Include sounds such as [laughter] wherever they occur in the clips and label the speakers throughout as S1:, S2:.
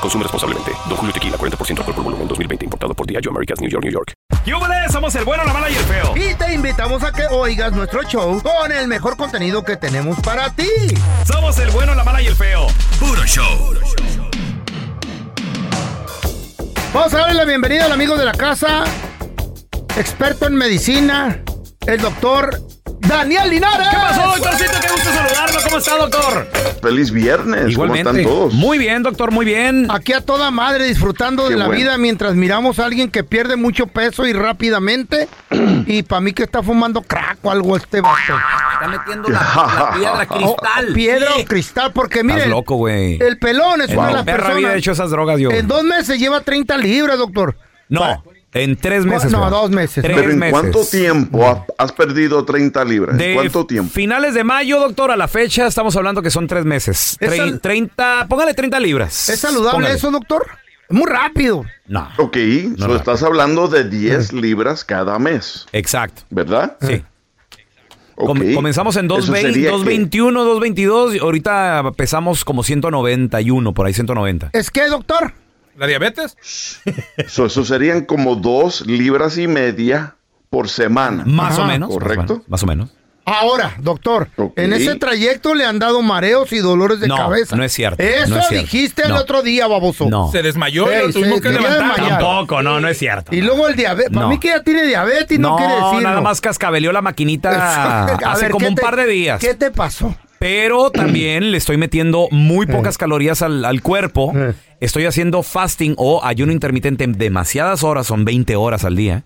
S1: Consume responsablemente. Don Julio Tequila, 40% alcohol por volumen, 2020. Importado por Diageo Americas, New York, New York.
S2: ¡Yúbales! Somos el bueno, la mala y el feo.
S3: Y te invitamos a que oigas nuestro show con el mejor contenido que tenemos para ti.
S2: Somos el bueno, la mala y el feo. Puro show.
S3: Vamos a darle la bienvenida al amigo de la casa, experto en medicina, el doctor Daniel Linares.
S2: ¿Qué pasó, doctorcito? Qué gusto saludarlo. ¿Cómo está, doctor?
S4: Feliz viernes.
S5: Igualmente.
S4: ¿Cómo están todos?
S5: Muy bien, doctor, muy bien.
S3: Aquí a toda madre disfrutando de
S4: Qué
S3: la
S4: bueno.
S3: vida mientras miramos a alguien que pierde mucho peso y rápidamente. [clears throat] y para mí que está fumando crack o algo este vato.
S5: Está metiendo la,
S3: [laughs]
S5: piedra cristal.
S3: Oh, Piedra o cristal, porque miren,
S5: loco, güey.
S3: el pelón es una de
S5: Wow.
S3: las
S5: Perra
S3: personas.
S5: había hecho esas drogas, yo.
S3: En dos meses lleva 30 libras, doctor.
S5: No, en tres
S3: No,
S5: meses.
S3: no,
S5: güey.
S3: dos meses.
S5: Tres
S4: Pero ¿en
S5: meses.
S4: cuánto tiempo ha- has perdido 30 libras?
S5: De
S4: ¿En cuánto tiempo?
S5: Finales de mayo, doctor, a la fecha estamos hablando que son tres meses.
S3: Es
S5: Tre-
S3: sal-
S5: 30, póngale 30 libras.
S3: ¿Es saludable
S5: Póngale.
S3: eso, doctor? Es muy rápido.
S5: No,
S4: Ok, so
S5: no.
S4: estás hablando de 10 libras cada mes,
S5: exacto.
S4: ¿verdad?
S5: Sí.
S4: Ok.
S5: Com- comenzamos en
S4: Eso
S5: 220,
S4: sería que-
S5: 221, 222 y ahorita pesamos como 191, por ahí 190.
S3: ¿Es que, doctor?
S6: ¿La diabetes?
S4: [laughs] so eso serían como 2 libras y media por semana.
S5: Más o
S3: Ajá,
S5: menos. más o
S4: correcto.
S5: menos, Más o menos.
S3: Ahora, doctor,
S4: Ok.
S3: en ese trayecto le han dado mareos y dolores de
S5: No,
S3: cabeza.
S5: no es cierto,
S3: Eso
S5: no es cierto.
S3: dijiste el
S5: No.
S3: otro día, baboso.
S5: No.
S6: Se desmayó
S3: Ey,
S6: y lo tuvimos
S3: se
S6: que
S3: debería
S6: levantar.
S3: desmayar.
S5: Tampoco, no, no es cierto.
S3: Y luego el diabetes. Para
S5: No.
S3: mí que ya tiene diabetes, no, quiere decirlo.
S5: nada más cascabeleó la maquinita
S3: [laughs] A
S5: hace
S3: ver,
S5: como
S3: ¿qué
S5: un
S3: te-
S5: par de días.
S3: ¿Qué te pasó?
S5: Pero también le estoy metiendo muy pocas calorías al, al cuerpo.
S3: Eh.
S5: Estoy haciendo fasting o ayuno intermitente demasiadas horas, son 20 horas al día.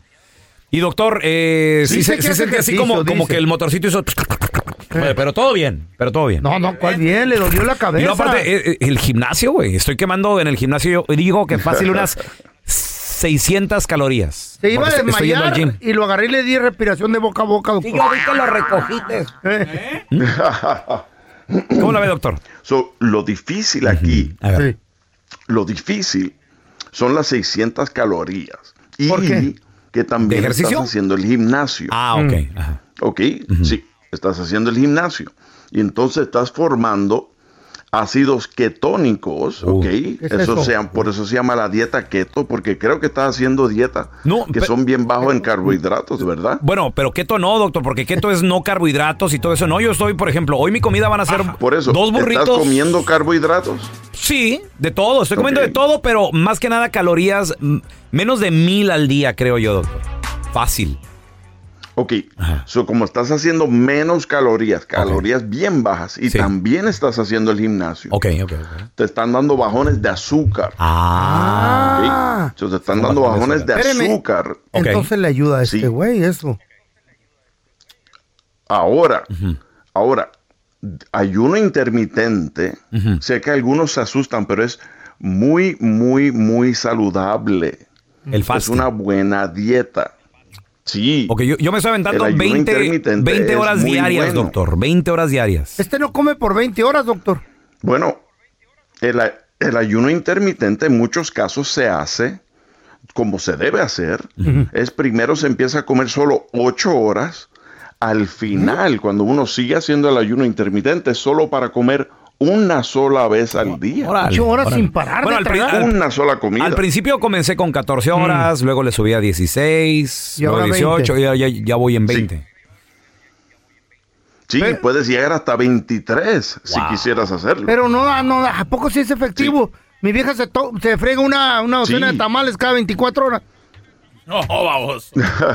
S5: Y doctor, eh, sí
S3: Dice
S5: se,
S3: que
S5: se
S3: hace
S5: siente así
S3: ejercicio,
S5: como, como
S3: dice. Eh.
S5: que el motorcito hizo... Pero, pero todo bien, pero todo bien.
S3: No, no, ¿cuál bien? Le dolió la
S5: y
S3: cabeza.
S5: luego aparte, eh, eh, el gimnasio, güey. Estoy quemando en el gimnasio, yo digo que fácil unas 600 calorías.
S3: se iba a
S5: Porque estoy- estoy yendo al
S3: desmayar
S5: gym.
S3: y lo agarré y le di respiración de boca a boca, doctor.
S5: lo recogiste.
S3: Eh,
S5: ¿Mm? ¿Cómo la ve, doctor?
S4: So, lo difícil aquí,
S5: A ver.
S3: sí.
S4: lo difícil son las 600 calorías. Y
S3: ¿Por qué?
S4: que
S5: ¿De
S4: también estás
S5: ejercicio?
S4: haciendo el gimnasio.
S5: Ah,
S3: Mm.
S5: ok. ajá.
S4: ¿Ok? Sí, estás haciendo el gimnasio. Y entonces estás formando ácidos ketónicos,
S5: Uh.
S4: ¿ok?
S3: es
S4: eso
S3: eso?
S4: sea- por eso se llama la dieta keto, porque creo que estás haciendo dietas
S5: No,
S4: que
S5: pe-
S4: son bien bajos en carbohidratos, ¿verdad?
S5: Bueno, pero keto no, doctor, porque keto es no carbohidratos y todo eso. No, yo estoy, por ejemplo, hoy mi comida van a ser
S4: Ah, Por eso,
S5: dos burritos.
S4: ¿estás comiendo carbohidratos?
S5: Sí, de todo, estoy comiendo
S4: Ok.
S5: de todo, pero más que nada calorías, mm, menos de mil al día, creo yo, doctor. Fácil.
S4: Ok,
S5: Ajá.
S4: so, como estás haciendo menos calorías, calorías bien bajas, y
S5: Sí.
S4: también estás haciendo el gimnasio,
S5: Ok, ok, ok.
S4: te están dando bajones de azúcar.
S5: Ah,
S4: ¿ok?
S3: Ah,
S4: So, te están dando
S5: bajones de
S4: bajones de
S3: azúcar. Espéreme.
S4: azúcar.
S5: ok.
S3: entonces le ayuda a este
S4: Sí.
S3: güey eso.
S4: Ahora, ahora, ayuno intermitente, sé que algunos se asustan, pero es muy, muy, muy saludable.
S5: el
S4: Es
S5: fácil.
S4: una buena dieta. Sí.
S5: Ok, yo, yo me estoy aventando
S4: El ayuno
S5: 20,
S4: intermitente
S5: 20
S4: es
S5: horas
S4: muy
S5: diarias,
S4: bueno.
S5: doctor. 20 horas diarias.
S3: Este no come por 20 horas, doctor.
S4: Bueno, el, a- el ayuno intermitente en muchos casos se hace como se debe hacer, es primero se empieza a comer solo ocho horas. Al final, cuando uno sigue haciendo el ayuno intermitente, es solo para comer una sola vez al día.
S3: Ocho horas sin parar
S5: Bueno, al
S3: de
S5: pri-
S3: tragar.
S5: al-
S4: Una sola comida.
S5: Al principio comencé con 14 horas, luego le subí a 16,
S3: Mm. Y
S5: luego
S3: ahora
S5: 18, y ya, ya, ya voy en 20.
S4: sí,
S3: Pero-
S4: puedes llegar hasta 23 si
S5: Wow.
S4: quisieras hacerlo.
S3: Pero no, da- no, da- ¿a poco sí es efectivo? Mi vieja se, to- se frega una, una docena
S4: Sí.
S3: de tamales cada 24 horas.
S2: No, vamos.
S5: [laughs]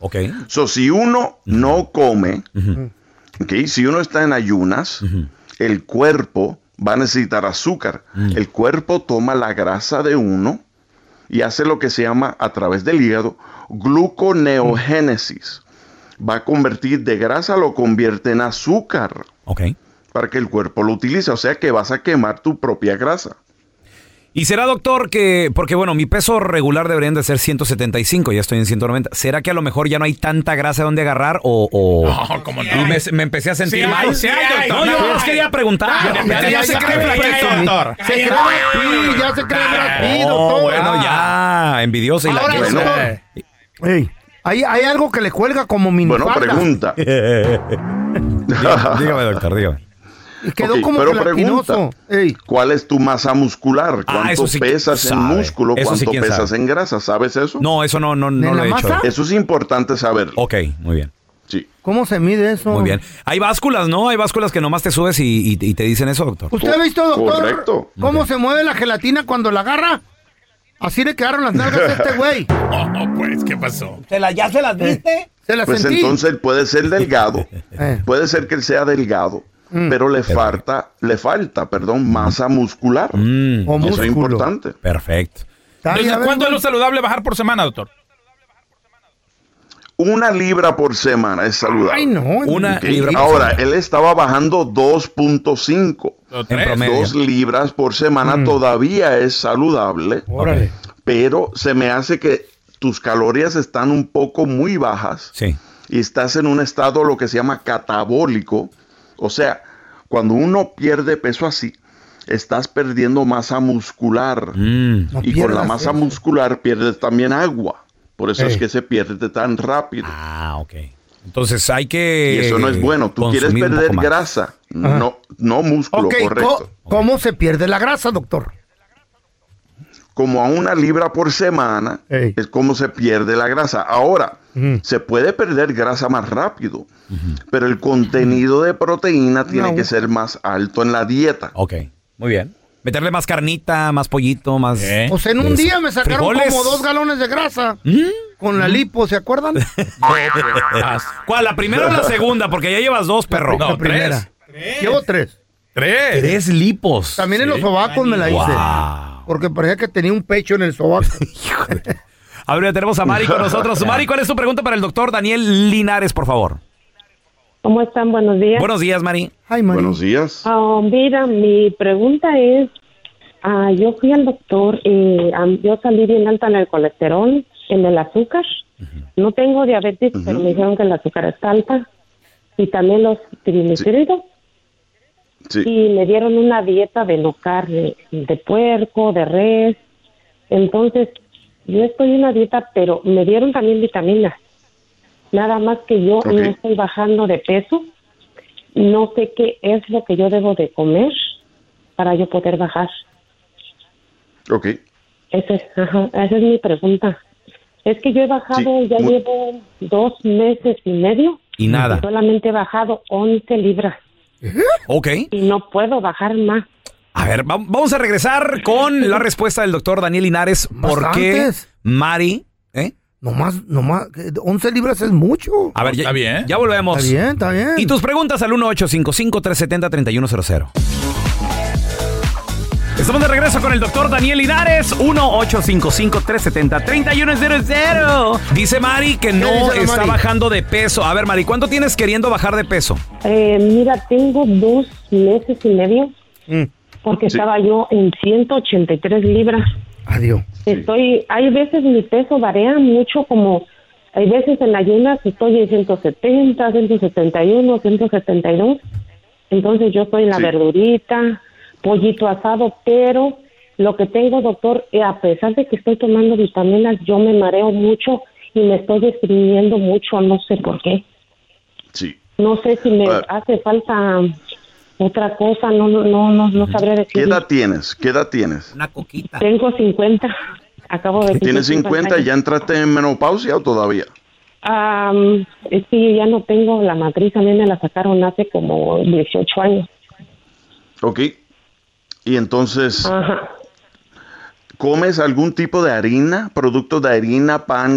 S5: Ok.
S4: So, si uno no come, ok, si uno está en ayunas, el cuerpo va a necesitar azúcar. El cuerpo toma la grasa de uno y hace lo que se llama a través del hígado gluconeogénesis. Va a convertir de grasa, lo convierte en azúcar
S5: Ok.
S4: para que el cuerpo lo utilice. O sea que vas a quemar tu propia grasa.
S5: ¿Y será, doctor, que, porque bueno, mi peso regular deberían de ser 175, ya estoy en 190. ¿Será que a lo mejor ya no hay tanta grasa donde agarrar o...? o-
S2: No, como
S5: Y
S2: no.
S5: me, me empecé a
S2: Sí
S5: sentir
S2: hay,
S5: mal.
S2: sí hay, doctor.
S5: no, yo
S2: Sí
S5: les
S2: hay.
S5: quería preguntar.
S2: Ya, ya, ya se cree Brad Pitt, doctor.
S3: Se cree Brad Pitt, ya se cree Brad Pitt,
S5: No,
S3: doctor.
S5: Oh, bueno, ya, envidiosa y la
S3: Ahora,
S5: quiero.
S3: doctor, ey, hay, hay algo que le cuelga como
S4: Bueno,
S3: minifalda.
S4: pregunta.
S5: [laughs] Dígame, doctor, dígame.
S3: Y Quedó
S4: Ok,
S3: como
S4: pero
S3: gelatinoso. Ey,
S4: ¿Cuál es tu masa muscular?
S5: Ah,
S4: ¿Cuánto
S5: eso sí que
S4: pesas
S5: sabe.
S4: en músculo?
S5: Eso sí
S4: ¿Cuánto
S5: quién
S4: pesas
S5: sabe.
S4: en grasa? ¿Sabes eso?
S5: No, eso no, no, no
S3: ¿En
S5: lo
S3: la
S5: he hecho.
S3: masa?
S4: Eso es importante saberlo.
S5: Ok, muy bien.
S4: Sí.
S3: ¿Cómo se mide eso?
S5: Muy bien. Hay básculas, ¿no? Hay básculas que nomás te subes y, y- y te dicen eso, doctor.
S3: ¿Usted ha visto, doctor,
S4: Correcto.
S3: cómo se mueve la gelatina cuando la agarra? Así le quedaron las nalgas a
S2: [laughs]
S3: este güey.
S2: No, pues, ¿qué pasó?
S3: ¿Ya se las viste? Se las
S4: Pues
S3: sentí.
S4: entonces puede ser
S5: [laughs]
S4: delgado.
S3: Eh.
S4: Puede ser que él sea delgado,
S5: Mm.
S4: pero le falta, le falta, perdón, masa muscular.
S3: o
S4: Eso
S3: músculo.
S4: es importante.
S5: Mm. Perfecto.
S3: Está bien, a
S2: Entonces,
S3: ver,
S2: ¿cuánto es lo saludable bajar por semana, doctor?
S4: Una libra por semana es saludable.
S3: Ay, no.
S5: Una
S4: Ok,
S5: libra por
S4: Ahora,
S5: semana.
S4: él estaba bajando 2.5.
S2: ¿O
S5: En
S2: tres?
S5: promedio.
S4: Dos libras por semana todavía es saludable,
S3: Mm. Órale.
S4: pero se me hace que tus calorías están un poco muy bajas.
S5: Sí.
S4: y estás en un estado lo que se llama catabólico. O sea, cuando uno pierde peso así, estás perdiendo masa muscular.
S3: No
S5: Mm.
S4: y con la
S3: pierdas
S4: masa
S3: eso.
S4: muscular pierdes también agua. Por eso es
S3: Ey.
S4: que se pierde tan rápido.
S5: Ah, ok. Entonces hay que.
S4: y eso no es bueno. Tú quieres
S5: consumir un
S4: perder
S5: poco más.
S4: grasa, no, no músculo,
S3: Ok,
S4: correcto.
S3: co- ¿cómo se pierde la grasa, doctor?
S4: como a una libra por semana,
S3: Ey.
S4: es como se pierde la grasa. Ahora, se puede perder grasa más rápido, pero el contenido de proteína tiene
S3: No.
S4: que ser más alto en la dieta.
S5: Ok, muy bien. Meterle más carnita, más pollito, más.
S2: ¿Eh?
S3: Pues en un
S5: Pues,
S3: día me sacaron
S5: frijoles.
S3: como dos galones de grasa con la lipo, ¿se
S5: [laughs]
S3: acuerdan?
S5: ¿Cuál? ¿La primera o la segunda? Porque ya llevas dos, perro.
S2: No,
S3: la primera. Llevo tres.
S2: Tres.
S5: Tres lipos.
S3: También en los sobacos me la hice.
S5: Wow.
S3: Porque parecía que tenía un pecho en el
S2: [laughs]
S3: sobaco.
S5: A ver, ya tenemos a Mari con
S3: [laughs]
S5: nosotros. Mari, ¿cuál es tu pregunta para el doctor Daniel Linares, por favor?
S7: ¿Cómo están? Buenos días.
S5: Buenos días, Mari.
S3: Ay, man.
S4: Buenos días.
S7: Ah, mira, mi pregunta es, ah, yo fui al doctor y ah, yo salí bien alta en el colesterol, en el azúcar. No tengo diabetes, pero me dijeron que el azúcar está alta y también los triglicéridos.
S4: Sí.
S7: Y me dieron una dieta de no carne, de puerco, de res. Entonces, yo estoy en una dieta, pero me dieron también vitaminas. Nada más que yo
S4: Ok.
S7: no estoy bajando de peso. No sé qué es lo que yo debo de comer para yo poder bajar.
S4: Ok.
S7: Esa es, ajá, esa es mi pregunta. Es que yo he bajado,
S4: Sí,
S7: ya
S4: muy-
S7: llevo dos meses y medio.
S5: Y nada.
S7: Solamente he bajado 11 libras
S5: Ok.
S7: y no puedo bajar más.
S5: A ver, va- vamos a regresar con la respuesta del doctor Daniel Linares.
S3: Más
S5: ¿Por qué
S3: antes.
S5: Mari? ¿Eh?
S3: Nomás, nomás, eh, 11 libras es mucho.
S5: A ver, ya,
S2: Está bien.
S5: ya volvemos.
S3: Está bien, está bien.
S5: Y tus preguntas al 1-855-370-3100. Estamos de regreso con el doctor Daniel Linares, 1-855-370-3100. Dice Mari que no
S3: dice la
S5: está
S3: Mari?
S5: bajando de peso. A ver, Mari, ¿cuánto tienes queriendo bajar de peso?
S7: Eh, mira, tengo dos meses y medio
S3: Mm,
S7: porque
S4: Sí.
S7: estaba yo en 183 libras.
S3: Adiós.
S7: Estoy, hay veces mi peso varía mucho, como hay veces en ayunas estoy en 170, 171, 172. Entonces yo estoy en la
S4: Sí.
S7: verdurita, pollito asado, pero Lo que tengo, doctor, eh, a pesar de que estoy tomando vitaminas, yo me mareo mucho y me estoy deprimiendo mucho, no sé por qué.
S4: Sí.
S7: No sé si me
S4: Ah.
S7: hace falta otra cosa, no no no no, no sabré
S4: ¿Qué
S7: decir.
S4: edad tienes? ¿Qué edad tienes?
S5: Una coquita.
S7: Tengo 50. Acabo de
S4: ¿Tienes
S7: cumplir
S4: 50 y ya entraste en menopausia o todavía?
S7: Am, Ah, es que yo ya no tengo la matriz, a mí me la sacaron hace como 18 años.
S4: Ok. Y entonces,
S7: Ajá.
S4: ¿comes algún tipo de harina? ¿Productos de harina, pan,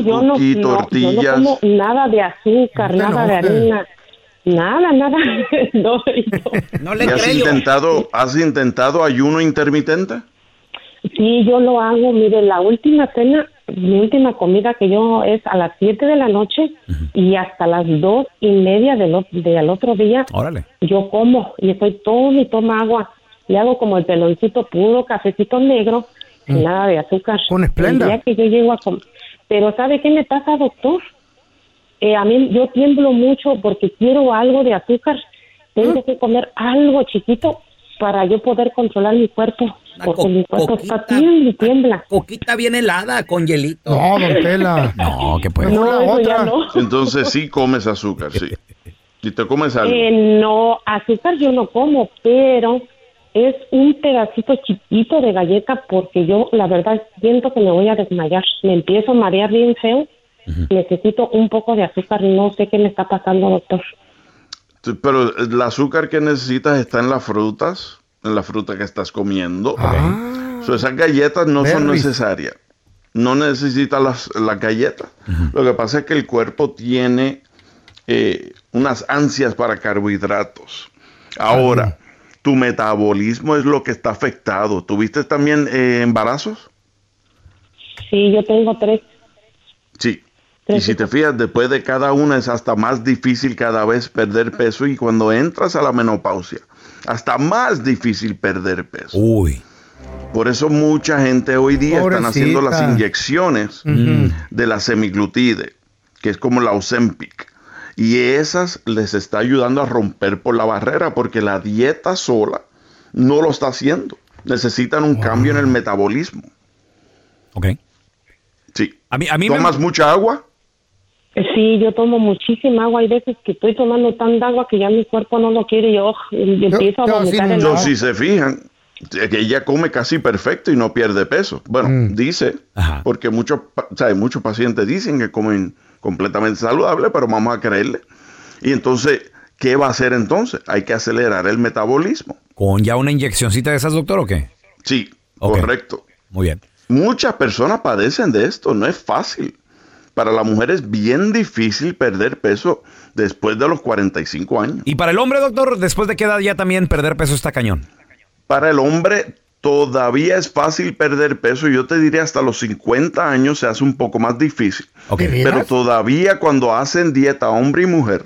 S7: no, yo no,
S4: cookie,
S7: no,
S4: tortillas?
S7: yo no como nada de azúcar,
S3: No te
S7: nada de
S3: enojes.
S7: harina, nada, nada. [laughs] no, yo-
S5: No
S4: ¿Y has intentado, has intentado ayuno intermitente?
S7: sí, yo lo hago, mire, la última cena, mi última comida que yo es a las 7 de la noche y hasta las dos y media del, o- del otro día
S5: Órale.
S7: yo como y estoy todo y toma agua. Le hago como el peloncito puro, cafecito negro, sin nada de azúcar.
S3: Con Splenda.
S7: El día que yo llego a com- Pero ¿sabe qué me pasa, doctor? Eh, a mí yo tiemblo mucho porque quiero algo de azúcar.
S8: ¿Mm?
S7: Tengo que comer algo chiquito para yo poder controlar mi cuerpo.
S8: Una
S7: Porque
S8: Ah, co-
S7: mi cuerpo está
S8: coquita. Ah,
S7: tiembla y tiembla.
S8: Coquita bien helada con hielito.
S3: No, don Tela.
S5: [laughs] No, que pues.
S3: Mejor
S7: No,
S3: la
S7: eso ya
S3: otra.
S7: no.
S4: Entonces sí comes azúcar,
S5: [laughs]
S4: sí. Y te comes algo.
S7: Eh, no, azúcar yo no como, pero es un pedacito chiquito de galleta porque yo la verdad siento que me voy a desmayar. Me empiezo a marear bien feo. Necesito un poco de azúcar. No sé qué me está pasando, doctor.
S4: Tú- Pero el azúcar que necesitas está en las frutas, en la fruta que estás comiendo. So, esas galletas no son
S3: berries.
S4: necesarias. No necesitas las, las galletas. Lo que pasa es que el cuerpo tiene eh, unas ansias para carbohidratos. Ahora, tu metabolismo es lo que está afectado. ¿Tuviste también eh, embarazos?
S7: Sí, yo tengo tres.
S4: Sí.
S7: Pero
S4: Y si
S7: sí.
S4: te fijas, después de cada una es hasta más difícil cada vez perder peso y cuando entras a la menopausia, hasta más difícil perder peso.
S5: Uy.
S4: Por eso mucha gente hoy día están
S3: Pobrecita.
S4: haciendo las inyecciones
S5: Mm.
S4: de la semiglutide, que es como la Ozempic. Y esas les está ayudando a romper por la barrera porque la dieta sola no lo está haciendo. Necesitan un cambio en el metabolismo.
S5: Ok.
S4: Sí.
S5: A mí, a mí me-
S4: ¿Tomas mucha agua?
S7: Sí, yo tomo muchísima agua. Hay veces que estoy tomando tanta agua que ya mi cuerpo no lo quiere. y Yo y empiezo a
S3: yo sí
S7: vomitar
S3: no-
S7: en la
S4: Yo,
S3: Ah.
S4: si se fijan, es que ella come casi perfecto y no pierde peso. Bueno, dice,
S5: Ajá.
S4: porque muchos, pa- o sea, muchos pacientes dicen que comen completamente saludable, pero vamos a creerle. Y entonces, ¿qué va a hacer entonces? Hay que acelerar el metabolismo.
S5: ¿Con ya una inyeccioncita de esas, doctor, o qué?
S4: Sí,
S5: Ok.
S4: correcto.
S5: Muy bien.
S4: Muchas personas padecen de esto, no es fácil. Para la mujer es bien difícil perder peso después de los 45 años.
S5: ¿Y para el hombre, doctor, después de qué edad ya también perder peso está cañón?
S4: Para el hombre todavía es fácil perder peso. Yo te diría hasta los 50 años se hace un poco más difícil.
S5: Ok.
S3: ¿De veras?
S4: Pero todavía cuando hacen dieta hombre y mujer,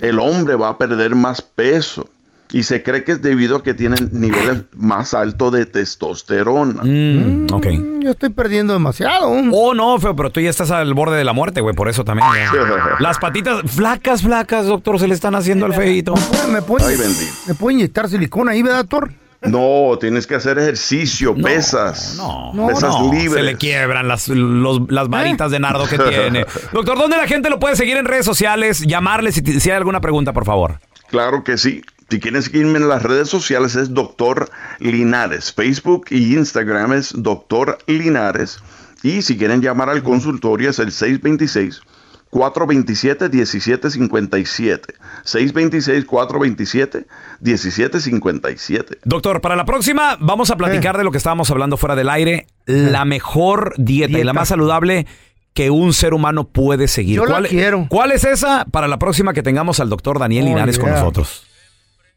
S4: el hombre va a perder más peso. Y se cree que es debido a que tienen niveles más altos de testosterona.
S5: Mm, ok.
S3: Mm, Yo estoy perdiendo demasiado.
S5: Oh, no, feo, pero tú ya estás al borde de la muerte, güey, por eso también. ya. Las patitas flacas, flacas, doctor, se le están haciendo al feito.
S3: Me puedo,
S4: Ay, bendito.
S3: me puedo inyectar silicona ahí, ¿verdad, Thor?
S4: No, tienes que hacer ejercicio, pesas.
S5: No,
S3: No, ¿Eh?
S4: pesas
S5: no,
S4: libres.
S5: se le quiebran las, los- las varitas de nardo
S3: [laughs]
S5: que tiene. Doctor, ¿dónde la gente lo puede seguir en redes sociales? Llamarle si, ti- si hay alguna pregunta, por favor.
S4: Claro que sí. Si quieres seguirme en las redes sociales es Doctor Linares. Facebook y Instagram es Doctor Linares. Y si quieren llamar al consultorio es el 626. 427-1757. 626-427-1757.
S5: Doctor, para la próxima vamos a
S3: ¿Eh?
S5: platicar de lo que estábamos hablando fuera del aire. La mejor dieta, y la
S3: Dieta.
S5: más saludable que un ser humano puede seguir.
S3: Yo la quiero.
S5: ¿Cuál es esa? Para la próxima que tengamos al doctor Daniel
S3: Oh,
S5: Linares con
S3: yeah.
S5: nosotros.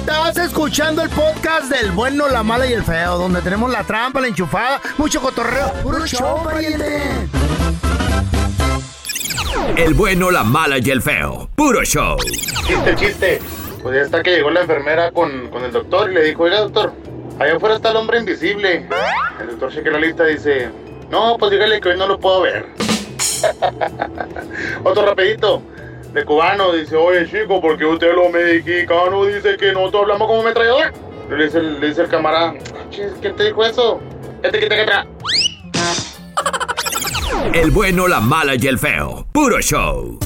S3: Estás escuchando el podcast del bueno, la mala y el feo, donde tenemos la trampa, la enchufada, mucho cotorreo. ¡Puro show, pariente!
S2: El bueno, la mala y el feo. Puro show.
S9: Chiste, chiste. Pues ya está que llegó la enfermera con, con el doctor y le dijo, oiga doctor, allá afuera está el hombre invisible. El doctor chequeó la lista y dice, no, pues dígale que hoy no lo puedo ver. [laughs] Otro rapidito, de cubano, dice, oye chico, porque usted los mexicanos dice que nosotros hablamos como metrallador. Le dice, el- le dice el camarada, "Chis, ¿quién te dijo eso? Este que te que tra-".
S2: El bueno, la mala y el feo. Puro show.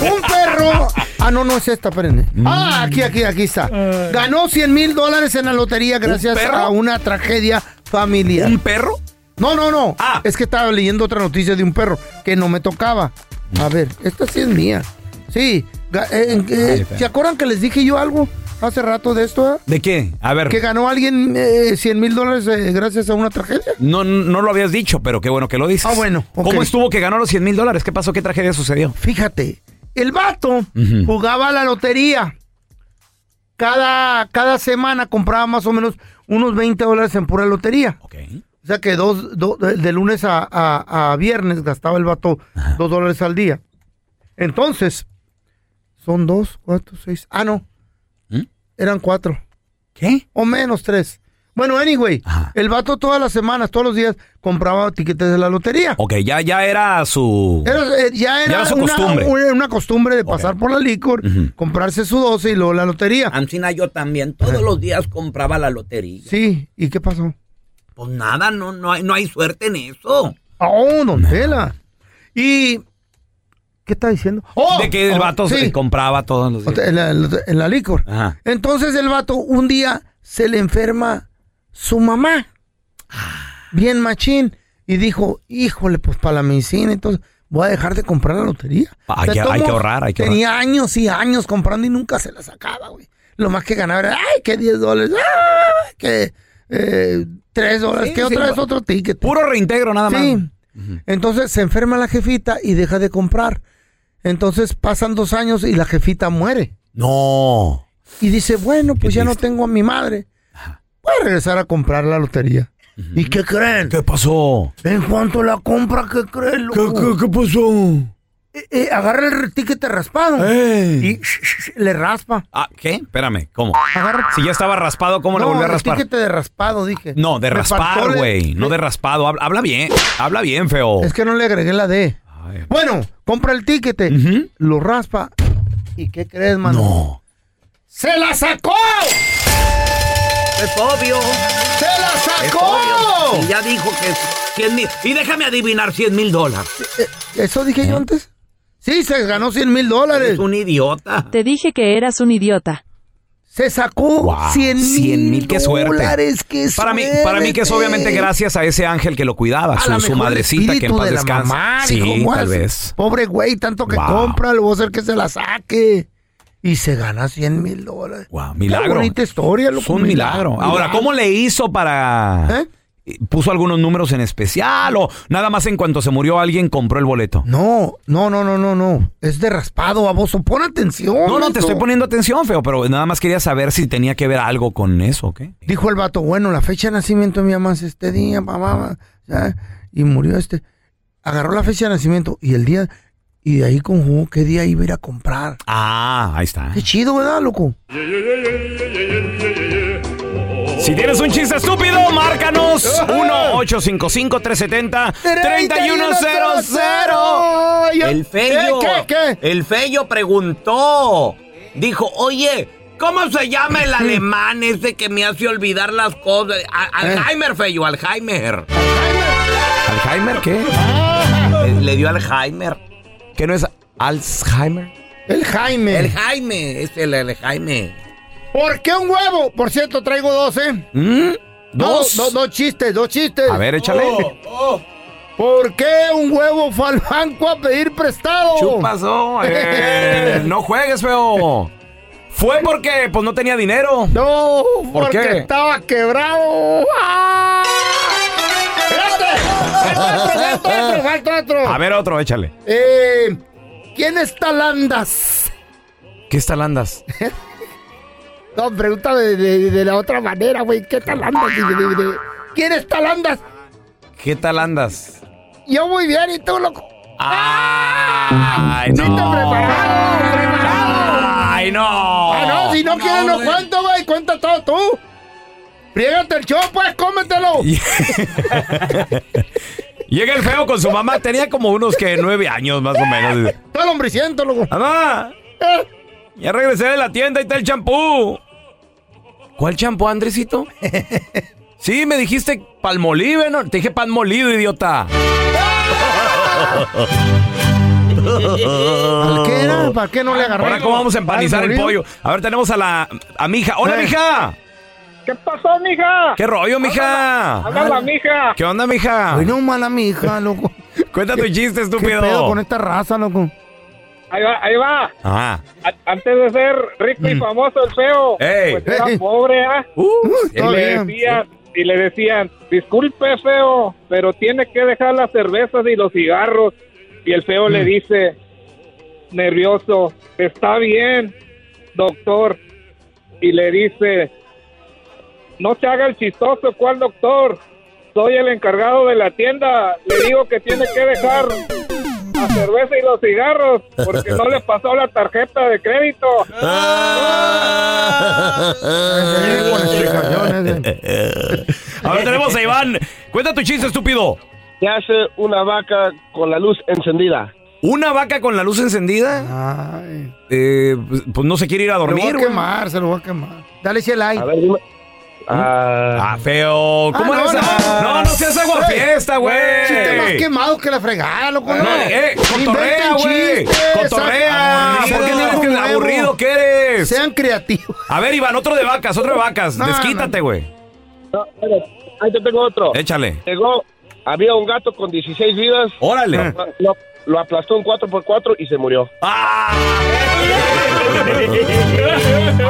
S3: Un perro. Ah, no, no es esta, espérenme.
S5: Mm.
S3: Ah, aquí, aquí, aquí está. Ganó 100 mil dólares en la lotería gracias a una tragedia familiar. ¿Un
S5: perro? Ah.
S3: No, no, no. Es que estaba leyendo otra noticia de un perro que no me tocaba. A ver, esta sí es mía. Sí. ga- eh, eh,
S5: Ay, perro.
S3: ¿Se acuerdan que les dije yo algo hace rato de esto? eh?
S5: ¿De qué? A ver.
S3: Que ganó alguien eh, 100 mil dólares eh, gracias a una tragedia.
S5: No, no lo habías dicho, pero qué bueno que lo dices.
S3: Ah, bueno, ok.
S5: ¿Cómo estuvo que ganó los 100 mil dólares? ¿Qué pasó? ¿Qué tragedia sucedió?
S3: Fíjate, el vato
S5: Ujú.
S3: jugaba a la lotería. Cada, cada semana compraba más o menos unos 20 dólares en pura lotería. O sea que dos, do- de, de lunes a, a- a viernes gastaba el vato dos dólares al día. Entonces, son dos, cuatro, seis. Ah, no. Eran cuatro.
S5: ¿Mm? ¿Qué?
S3: O menos tres. Bueno, anyway, el vato todas las semanas, todos los días, compraba tiquetes de la lotería.
S5: Ok, ya, ya era su...
S3: Era- eh, ya era,
S5: Ya era su
S3: una,
S5: costumbre.
S3: una- una costumbre de pasar por la licor, comprarse su doce y luego la lotería.
S8: Ancina, yo también. Todos los días compraba la lotería.
S3: Sí, ¿y qué pasó?
S8: Pues nada, no, no, hay, no hay suerte en eso.
S3: Oh, don Tela. ¿Y qué está diciendo? ¡Oh!
S5: De que el
S3: Oh,
S5: vato se
S3: sí,
S5: compraba todos los días.
S3: en la, en la licor.
S5: Ajá.
S3: Entonces el vato un día se le enferma su mamá. Bien machín. Y dijo, híjole, pues para la medicina, entonces voy a dejar de comprar la lotería.
S5: Ah, Hay
S3: De
S5: que- hay
S3: todos
S5: que
S3: modos,
S5: ahorrar, hay que
S3: Tenía años y años comprando y nunca se la sacaba, güey. Lo más que ganaba era, ay, que 10 dólares, ¡Ah! ay, que eh, 3 dólares,
S8: Sí,
S3: que
S8: sí,
S3: otra
S8: va-
S3: vez otro ticket.
S5: Puro reintegro nada más.
S3: Sí. Entonces se enferma la jefita y deja de comprar. Entonces pasan dos años y la jefita muere.
S5: No.
S3: Y dice, bueno, pues ya no tengo a mi madre. Voy a regresar a comprar la lotería. ¿Y qué creen?
S5: ¿Qué pasó?
S3: En cuanto la compra, ¿qué creen, loco?
S5: pasó?
S3: Eh, eh, agarra el ticket raspado y sh- sh- sh- le raspa.
S5: Ah, ¿qué? Espérame, ¿cómo?
S3: Agarra-
S5: Si ya estaba raspado, ¿cómo lo
S3: No,
S5: volvió a
S3: el
S5: raspar?
S3: ticket de raspado, dije.
S5: No, de
S3: Me faltó
S5: raspar,
S3: el-
S5: güey. No de raspado. Habla, habla bien. Habla bien, feo.
S3: Es que no le agregué la D. Bueno, compra el ticket, lo raspa. ¿Y qué crees, mano?
S5: No.
S3: ¡Se la sacó!
S8: Es obvio.
S3: ¡Se la
S8: Es
S3: sacó!
S8: obvio. Y ya dijo que es 100 mil. Y déjame adivinar 100 mil dólares.
S3: Eh, ¿Eso dije yo antes? Sí, se ganó 100 mil dólares.
S8: Es un idiota.
S10: Te dije que eras un idiota.
S3: Se sacó
S5: Wow,
S3: 100
S5: 100
S3: mil
S5: qué suerte.
S3: dólares. ¡Qué
S5: Para mí, para mí que es
S3: suerte!
S5: obviamente gracias a ese ángel que lo cuidaba,
S3: A
S5: su,
S3: lo
S5: su
S3: mejor el
S5: madrecita que en
S3: espíritu
S5: paz
S3: de la
S5: descansa.
S3: mamá
S5: sí,
S3: dijo, "Guas,
S5: tal vez.
S3: Pobre güey, tanto que
S5: Wow.
S3: compra, lo voy a hacer que se la saque. Y se gana 100 mil dólares.
S5: Wow,
S3: Qué
S5: Ah, milagro.
S3: bonita historia, loco.
S5: Es un milagro. Ahora, ¿cómo le hizo para
S3: ¿Eh?
S5: puso algunos números en especial o nada más en cuanto se murió alguien compró el boleto?
S3: No, no, no, no, no, no. Es de raspado, baboso. Pon atención.
S5: No, no,
S3: loco.
S5: te estoy poniendo atención, feo, pero nada más quería saber si tenía que ver algo con eso, ¿o ¿qué?
S3: Dijo el vato, bueno, la fecha de nacimiento de mi mamá es este día, mamá, mamá, ya, y murió este. Agarró la fecha de nacimiento y el día Y de ahí conjugó qué día iba a ir a comprar.
S5: Ah, ahí está.
S3: Qué chido, ¿verdad, loco?
S5: Si tienes un chiste estúpido,
S2: [laughs]
S5: márcanos 1-855-370-3100.
S8: El
S5: ¿Eh,
S8: Fello. El Fello preguntó. Dijo, oye, ¿cómo se llama el alemán ese que me hace olvidar las cosas? A- Alzheimer, Fello, Alzheimer.
S5: Eh. ¿Alzheimer qué?
S8: Le, le dio Alzheimer.
S5: ¿Qué no es Alzheimer?
S3: El Jaime.
S8: El Jaime, es el, el Jaime.
S3: ¿Por qué un huevo? Por cierto, traigo dos, ¿eh?
S5: ¿Mm?
S3: Dos,
S5: ¿Dos?
S3: dos, dos chistes, dos chistes. Oh,
S5: A ver, échale.
S3: ¿Por qué un huevo fue al banco a pedir prestado?
S5: Oh.
S8: oh,
S5: [laughs] Chupasó.
S3: [laughs]
S5: eh, no juegues, feo. Fue porque pues no tenía dinero.
S3: No,
S5: ¿Por
S3: porque
S5: qué?
S3: estaba quebrado. ¡Ah! ¡Espérate! Falta otro, falta otro, falta otro.
S5: A ver, otro, échale.
S3: Eh, ¿Quién está Landas?
S5: ¿Qué está [laughs] Landas?
S3: No, pregunta de, de- de la otra manera, güey. ¿Qué está Landas? De- de- de- de- ¿Quién está Landas?
S5: ¿Qué tal andas?
S3: Yo muy bien, ¿y tú, loco?
S5: Ay, no. Ay, no.
S3: Ah, no, si no, quieres no cuento, güey. Cuenta todo tú. Friégate el show, pues, cómetelo.
S5: Llega el feo con su mamá. Tenía como unos que nueve años más o menos. Dice,
S3: Está el hombriciento, loco.
S5: Mamá,
S3: Eh,
S5: ya regresé de la tienda y está el champú. ¿Cuál
S3: [laughs]
S5: champú, Andresito? Sí, me dijiste palmolive, ¿no? Te dije pan molido, idiota.
S3: [laughs] ¿Al qué era? ¿Para qué no le agarré?
S5: Ahora, ¿cómo vamos a empanizar el
S3: Al
S5: pollo? A ver, tenemos a la a mi hija. ¡Hola,
S3: Eh.
S5: mija!
S11: ¿Qué pasó, mija?
S5: ¿Qué rollo, mija?
S11: Habla la mija.
S5: ¿Qué onda, mija?
S3: Ay, no mala mi hija, [laughs] loco.
S5: Cuenta tu chiste,
S3: ¿Qué
S5: estúpido.
S3: pedo con esta raza, loco?
S11: Ahí va, ahí va.
S5: Ah.
S11: A- Antes de ser rico y famoso el feo,
S5: Mm. Ey.
S11: pues era
S5: Ey. Uh,
S11: pobre, ¿ah? y,
S5: está
S11: le
S5: bien.
S11: decían, y le decían, disculpe, feo, pero tiene que dejar las cervezas y los cigarros. Y el feo
S5: Mm.
S11: le dice, nervioso, está bien, doctor. Y le dice, no se haga el chistoso, ¿cuál doctor? Soy el encargado de la tienda. Le digo que tiene que dejar la cerveza y los cigarros porque no le pasó la tarjeta
S12: [laughs]
S11: de crédito.
S5: A ver, tenemos a Iván. Cuenta tu chiste, estúpido.
S12: ¿Qué hace una vaca con la luz encendida?
S5: ¿Una vaca con la luz encendida? Eh, pues, pues no se quiere ir a
S3: Se
S5: dormir,
S3: lo voy a
S5: güey.
S3: quemar, se lo voy a quemar. Dale ese like.
S5: Ah, feo. ¿Cómo
S3: Ah,
S5: eres?
S3: no,
S5: No, no, seas aguafiesta,
S3: Sí,
S5: güey.
S3: Si te más quemado que la fregada, loco. No,
S5: eh, cotorrea,
S3: Inventen
S5: güey.
S3: chistes,
S5: Cotorrea.
S3: sean
S5: ¿Por qué tienes
S3: algo
S5: que
S3: nuevo.
S5: aburrido que eres?
S3: Sean creativos.
S5: A ver, Iván, otro de vacas, otro de vacas.
S12: No,
S5: Desquítate, güey.
S12: No, bueno, ahí te tengo otro.
S5: Échale.
S12: Llegó, había un gato con 16 vidas.
S5: Órale. ¡Ah!
S12: Lo, lo aplastó un 4x4 y se murió.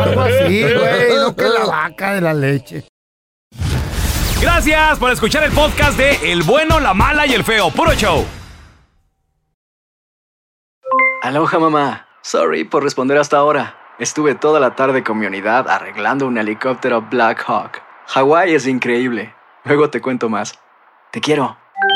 S3: Algo así, güey. No que la vaca de la leche.
S5: Gracias por escuchar el podcast de El Bueno, la Mala y el Feo. Puro show.
S13: Aloha mamá. Sorry por responder hasta ahora. Estuve toda la tarde con mi unidad arreglando un helicóptero Black Hawk. Hawái es increíble. Luego te cuento más. Te quiero.